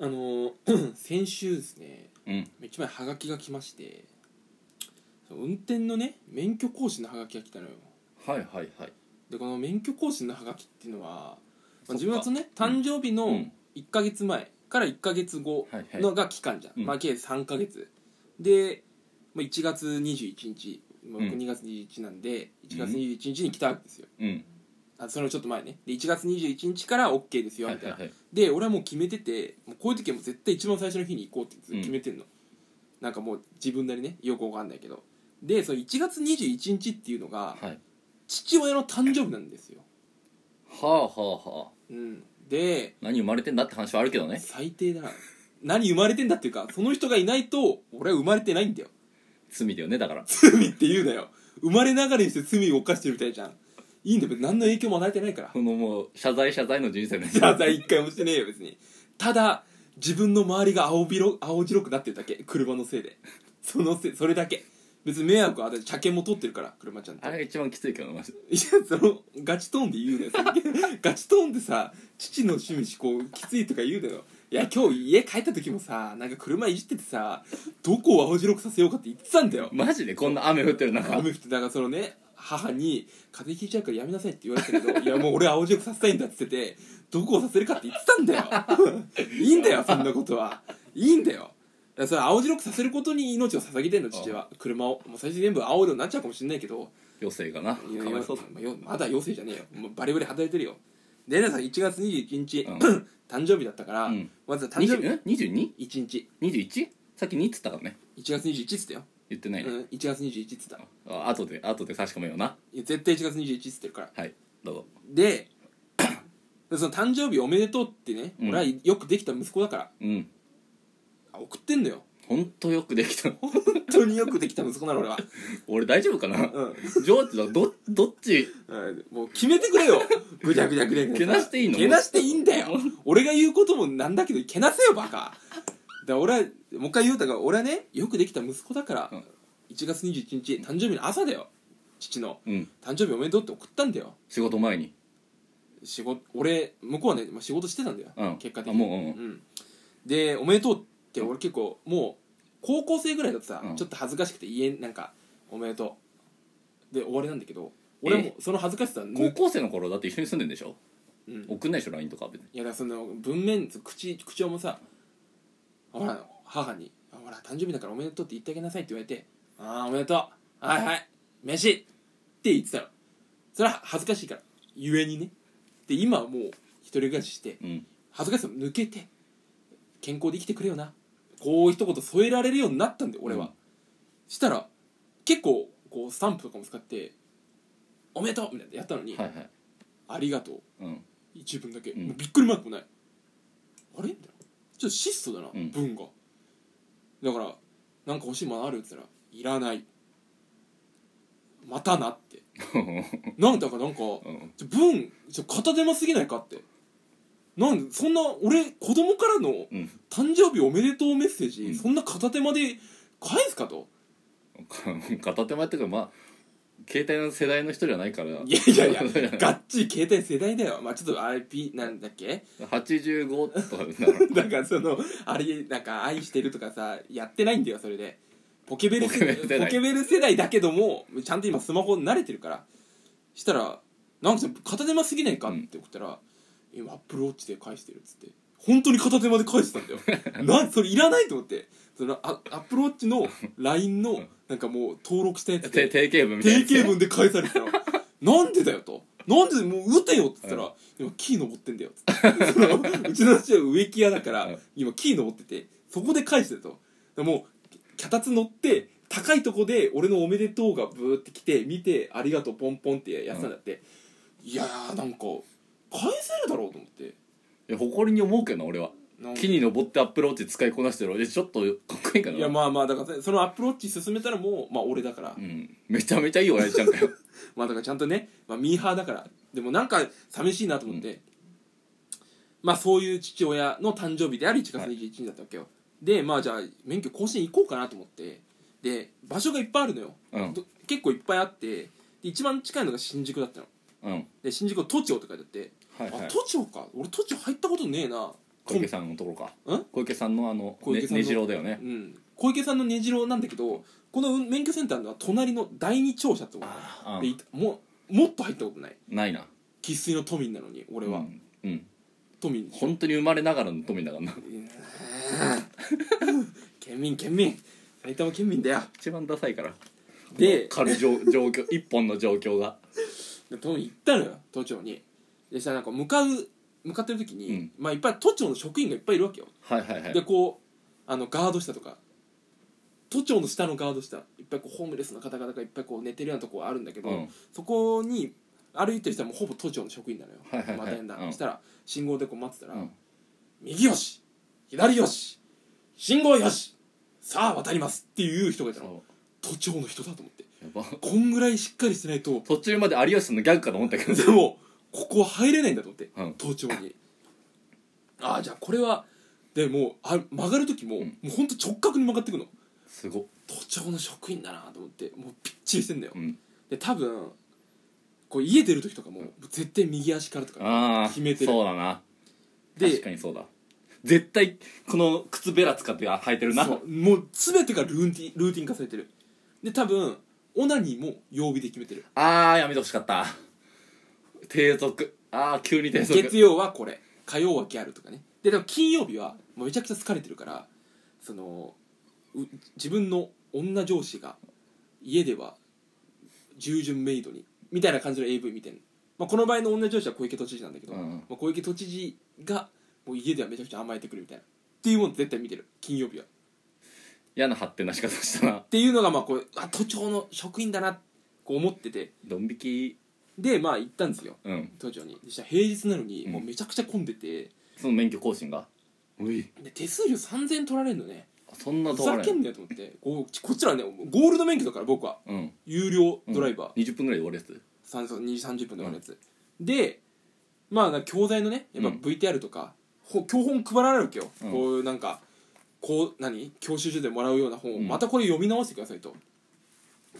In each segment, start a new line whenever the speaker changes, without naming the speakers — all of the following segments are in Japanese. あの ー先週ですね
うん
一枚はがきが来ましてその運転のね免許更新のはがきが来たのよ
はいはいはい
でこの免許更新のはがきっていうのは、まあ、
そっか
自分はそのね誕生日
う
の
ん
1か月前から1か月後
はいはい
のが期間じゃん、
うん
まあ計3か月で、まあ、1月21日、まあ、僕
うん
2月21日なんで1月
うん
21日に来たわけですよ
うん
あそのちょっと前ねで1月21日から OK ですよ
はい
みたいな、
はいはい
で俺はもう決めててもうこういう時はもう絶対一番最初の日に行こうってずっと決めてんの、なんかもう自分なりねよくわかんないけどでその1月21日っていうのが
はい
父親の誕生日なんですよ、
はあはあはあ
うん、で
何生まれてんだって話はあるけどね
最低だな何生まれてんだっていうかその人がいないと俺は生まれてないんだよ
罪だよねだから
罪って言うなよ生まれながらにして罪を犯してるみたいじゃんいいんだよ別に何の影響も与えてないから
このもう謝罪謝罪の人生ね
謝罪一回もしてねえよ別にただ自分の周りが青びろ青白くなってるだけ車のせいでそのせいそれだけ別に迷惑は私車検も取ってるから車ちゃんと
あれが一番きついけどなマジで
いやそのガチトーンで言うのよそれガチトーンでさ父の趣味思考きついとか言うのよいや今日家帰った時もさなんか車いじっててさどこを青白くさせようかって言ってたんだよ
マジでこんな雨降ってる中
雨降ってだからそのね母に「風邪ひいちゃうからやめなさい」って言われたけど「いやもう俺青白くさせたいんだ」っつっててどこをさせるかって言ってたんだよ いいんだよそんなことはいいんだよだからそれ青白くさせることに命を捧げてんの父は車をもう最初全部青色になっちゃうかもしれないけど
余生がなか
いやいや
わいそうだ
まあよまだ陽性じゃねえよもうバリバリ働いてるよでねさ1月21日、
うん
誕生日だったから、
うん
まずは誕生日
22?21?
1日
さっき2っつったからね
1月21っつったよ、
言ってな
う
いね
ん、1月21っつったい
あ後で後で確かめような
や絶対1月21っつってるから
はいどうぞ
でその誕生日おめでとうってね、
うん
俺はよくできた息子だから
うん
あ送ってんのよ
ほんとよくできた
本当によくできた息子なの俺は
俺大丈夫かな
うん
ジョージだどどっち
うんもう決めてくれよぐちゃぐちゃぐちゃぐちゃ
けなしていいの
けなしていいんだ よ俺が言うこともなんだけどけなせよバカだから俺はもう一回言うたから俺はねよくできた息子だから、
うん
1月21日誕生日の朝だよ父の
うん
誕生日おめでとうって送ったんだよ
仕事前に
仕事俺向こうはね、まあ、仕事してたんだよ、
うん
結果的
あもう
うんで「おめでとう」って俺結構もう高校生ぐらいだとさ、
うん
ちょっと恥ずかしくて言えんなんか「おめでとう」で終わりなんだけど俺はもうその恥ずかしさは
高
抜く
校生の頃だって一緒に住んでんでしょ
うん、い
送んないでしょ LINE とか別に
やだからその文面口口調もさほら母に「あほら誕生日だからおめでとう」って言ってあげなさいって言われて「ああおめでとうはいはい飯」って言ってたのそれは恥ずかしいからゆえにねで今はもう一人暮らしして
うん
恥ずかしさも抜けて健康で生きてくれよなこう一言添えられるようになったんで俺は、
うん
したら結構こうスタンプとかも使って「おめでとう!」みたいなのやったのに「
はいはい
ありがとう
うん」
一文だけ、
うん
もうびっくりマークもないあれみたいなちょっと質素だな、
うん
文がだから「なんか欲しいものある?」って言ったら「いらない」「またな」って なんだかなんか
うん
ちょ文ちょ片手間すぎないかってなんでそんな俺子供からの
うん
誕生日おめでとうメッセージ、
うん
そんな片手間で返すかと
片手間っていうかまあ携帯の世代の人じゃないから
いやいや いや
そうじゃない
がっちり携帯世代だよまあちょっと IP なんだっけ
85とかだ から
だからそのあれなんか愛してるとかさやってないんだよそれでポケベル世代
ポケベル世代
ポケベル世代だけどもちゃんと今スマホ慣れてるからしたら「なんかさ片手間すぎないか?」って送ったら「今アップルウォッチで返してる」っつって本当に片手間で返してたんだよ なんそれいらないと思ってそのあアップルウォッチの LINE のなんかもう登録したやつ
て
で
定型文みたいな
定
やつね
型文で返されて たら「なんでだよ」と「なんでもう打てよ」って言ったら「今キー登ってんだよ」つって そのうちの父は植木屋だか
う
ら
ん
今キー登っててそこで返してるとでもう脚立乗って高いとこで俺のおめでとうがブーって来て見て「ありがとうポンポン」ってやってたんだって、いやーなんか返せるだろうと思って
いや誇りに思うけどな俺は
なんか
木に登ってアップローチ使いこなしてる俺ちょっとかっこいいかない
やまあまあだからそのアップローチ進めたらもうまあ俺だから、
うん、めちゃめちゃいい親父ちゃんかよ
まあだからちゃんとね、まあ、ミーハーだからでもなんか寂しいなと思って、まあそういう父親の誕生日であり1月21日だったわけよ、でまあじゃあ免許更新行こうかなと思ってで場所がいっぱいあるのよ、
うん
ど結構いっぱいあってで一番近いのが新宿だったの
うん
で新宿の都庁って書いてあって、
はいは
あ
い
都庁か俺都庁入ったことねえな
小池さんのところか
ん
小池さんのあの
小池さんの
ねじろうだよね
うん、小池さんのねじろうなんだけどこの免許センターのは隣の第二庁舎ってことだ
あ
でいたもうもっと入ったことない
ないな
生粋の都民なのに俺
う
は、
ん、うん、
都民
本当に生まれながらの富だからな
県民県民埼玉県民だよ
一番ダサいから
で
軽い状状況一本の状況が
で都民行ったのよ都庁にでしたらなんか向かう向かってる時に、
うん
まあいっぱい都庁の職員がいっぱいいるわけよ、
はいはいは
で
い
こうあのガード下とか都庁の下のガード下いっぱいこうホームレスの方々がいっぱいこう寝てるようなとこあるんだけど、
うん
そこに歩いてる人はもうほぼ都庁の職員なのよ、
はいはいはい
またやんだ、
うん
したら信号でこう待ってたら、
うん
右よし左よし信号よしさあ渡りますっていう人がいたの
そ
都庁の人だと思って
うやば
こんぐらいしっかりしてないと
途中まで有吉さんのギャグかと思ったけ ど
でもここは入れないんだと思って、
うん
都庁にああじゃあこれはでもうあ曲がる時も、
うん
もうほんと直角に曲がってくの
すごっ
都庁の職員だなと思ってもうぴっちりしてんだよ、
うん
で多分こう家出る時とかも絶対右足からとか
ああ
決めてる
そうだな
で
確かにそうだ絶対この靴べら使って履いてるな
そうもう全てがルーティンルーティン化されてるで多分オナニーも曜日で決めてる
ああやめてほしかった低俗ああ急に低俗
月曜はこれ火曜はギャルとかねででも金曜日はもうめちゃくちゃ疲れてるからそのう自分の女上司が家では従順メイドにみたいな感じの AV 見てる、まあ、この場合の女上司は小池都知事なんだけど、
うん
まあ、小池都知事がもう家ではめちゃくちゃ甘えてくるみたいなっていうもの絶対見てる金曜日はっ
嫌な発展な仕方したな
ていうのがまあこれあ都庁の職員だなこう思ってて
ドン引き
でまあ行ったんですよ
うん
都庁にでしたら平日なのに
うん
もうめちゃくちゃ混んでて、
その免許更新がうい
で手数料3000円取られるのね
そんな
ふ
とこ
ざ
ろ
けんなよと思ってこうこっちらはねゴールド免許だから僕は
うん
有料ドライバー、
うん20分ぐらいで終わるやつ
三そう2時30分で終わるやつ、でまあなんか教材のねやっぱ
うん
VTR とか、ほ教本配られるわけよ、
うん
こういうなんかこう何教習所でもらうような本を、
うん
またこれ読み直してくださいと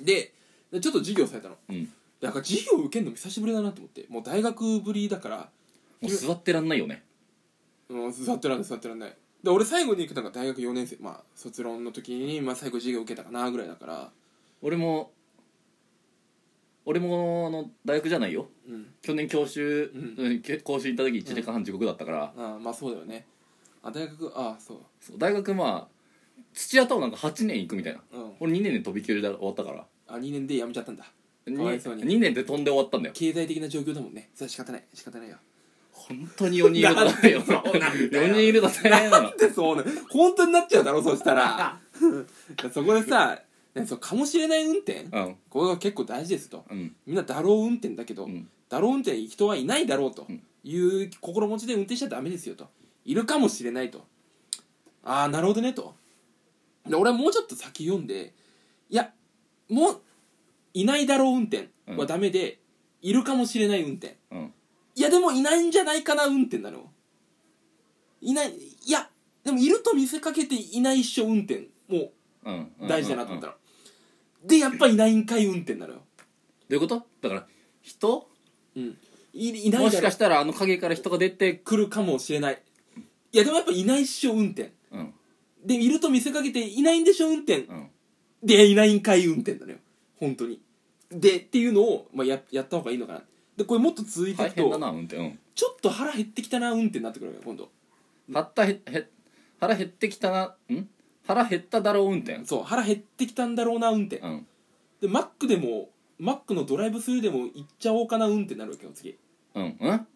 ででちょっと授業されたの
うん
でなんか授業受けるの久しぶりだなと思ってもう大学ぶりだから
もう座ってらんないよね
うん座ってらんない座ってらんないで俺最後に行くのが大学4年生まあ卒論の時に、まあ、最後授業受けたかなぐらいだから
俺も俺もあの大学じゃないよ
うん
去年教習、
う
うんけ講習行った時1時間半地獄だったから、
ああまあそうだよねあ大学ああそ
そう大学まあ土屋太鳳なんか8年行くみたいな
ううん
俺2年で飛び級で終わったから
あ2年で辞めちゃったんだかわいそうに
2, 年で飛んで終わったんだよ
経済的な状況だもんねそれは仕方ない仕方ないよ
本当に4人いると大変よ
そうなんだよ
4人いると大 変なの
でそうね本当になっちゃうだろそうした らそこでさ、ね、そうかもしれない運転
うん
これが結構大事ですと
うん
みんなだろう運転だけど、
うん
だろう運転人はいないだろうと
うん
いう心持ちで運転しちゃダメですよといるかもしれないとああなるほどねとで俺はもうちょっと先読んでいやもういないだろう運転はダメで、いるかもしれない運転
うん
いやでもいないんじゃないかな運転なのいないいやでもいると見せかけていないっしょ運転も
うんう
うん大事だなと思った
うん
の、でやっぱいないんかい運転なのよ、
どういうことだから人
うん、いいないだろ
もし
う
かしたらあの影から人が出て
来るかもしれないいやでもやっぱいないっしょ運転
うん
でいると見せかけていないんでしょ運転
うん
でいないんかい運転なのよ本当にでっていうのを、まあ、ややった方がいいのかなでこれもっと続いてい
大
く
変だ
と
な運転うん
ちょっと腹減ってきたな運転になってくるわけよ今度
はったへへ腹減ってきたなん腹減っただろう運転
そう腹減ってきたんだろうな運転
うん
でマックでもマックのドライブスルーでも行っちゃおうかな運転になるわけよ次
うんうん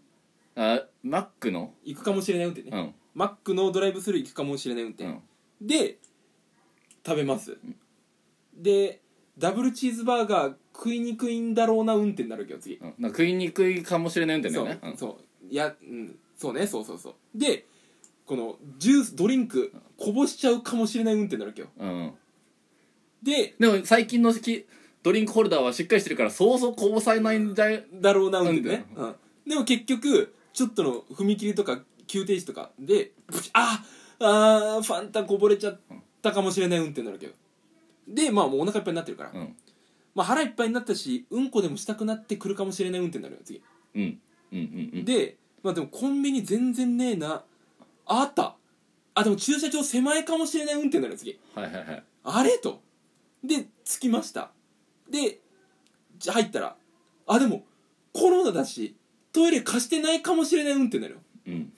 あマックの
行くかもしれない運転ね、
うん
マックのドライブスルー行くかもしれない運転、
うん
で食べます、でダブルチーズバーガー食いにくいんだろうな運転になるわけど次、
うんなんか食いにくいかもしれない運転だ
そ
よ
う、
ねうん
そういやうんそうねそうそうそうでこのジュースドリンクこぼしちゃうかもしれない運転になるわけよ
うん
で
でも最近の式ドリンクホルダーはしっかりしてるからそうそうこぼされないんだよ
だろうな運転ね、
運
うん、でも結局ちょっとの踏切とか急停止とかでブチああーファンタこぼれちゃったかもしれない運転になるわけどでまあもうお腹いっぱいになってるから、
うん
まあ、腹いっぱいになったしうんこでもしたくなってくるかもしれない運転になるよ次
うんうんうんうん
でまあでもコンビニ全然ねえなあったあでも駐車場狭いかもしれない運転なのよ次
はいはいはい
あれとで着きましたでじゃ入ったらあでもコロナだしトイレ貸してないかもしれない運転なのよ
うん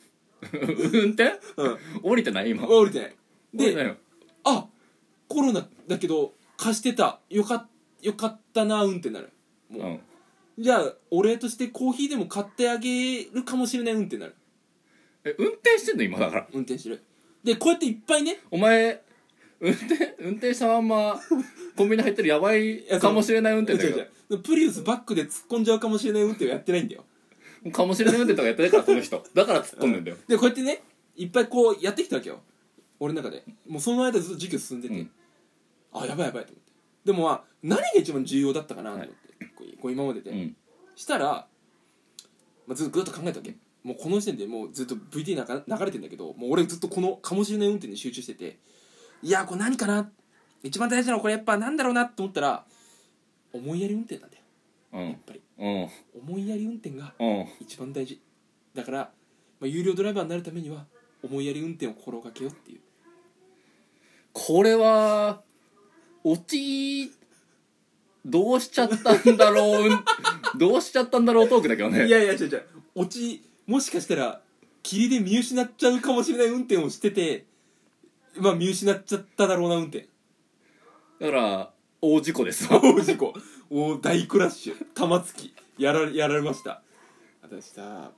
運転
うん
降りてない今
降りてない
降りてない
で
よ
あコロナだけど貸してたよかよかったな運転なのよもう
うん
じゃあお礼としてコーヒーでも買ってあげるかもしれない運転なる
え運転してんの今だから
運転してるでこうやっていっぱいね
お前運転運転したまんまコンビニ入ってるやばい
やそ
か
う
もしれない運転だけ
違う違うプリウスバックで突っ込んじゃうかもしれない運転はやってないんだよ
どかもしれない運転とかやってないからその人だから突っ込んでんだよ
でこうやってねいっぱいこうやってきたわけよ俺の中でもうその間ずっと授業進んでて、
うん
あやばいやばいと思ってでもまあ何が一番重要だったかなと思って、こうこう今までで、
うん
したら、まあ、ずっとぐっと考えたわけもうこの時点でもうずっと VT なんか流れてんだけどもう俺ずっとこのかもしれない運転に集中してていやこれ何かな一番大事なのはこれやっぱなんだろうなと思ったら思いやり運転なんだよ
うん
やっぱり
うん
思いやり運転が
うん
一番大事だから、まあ、有料ドライバーになるためには思いやり運転を心がけようっていう
これは落ちどうしちゃったんだろううんどうしちゃったんだろうトークだけどね
いやいや違う違う落ちもしかしたら霧で見失っちゃうかもしれない運転をしててまあ見失っちゃっただろうな運転
だから大事故ですわ
大事故お大クラッシュ玉突きやらやられました私さ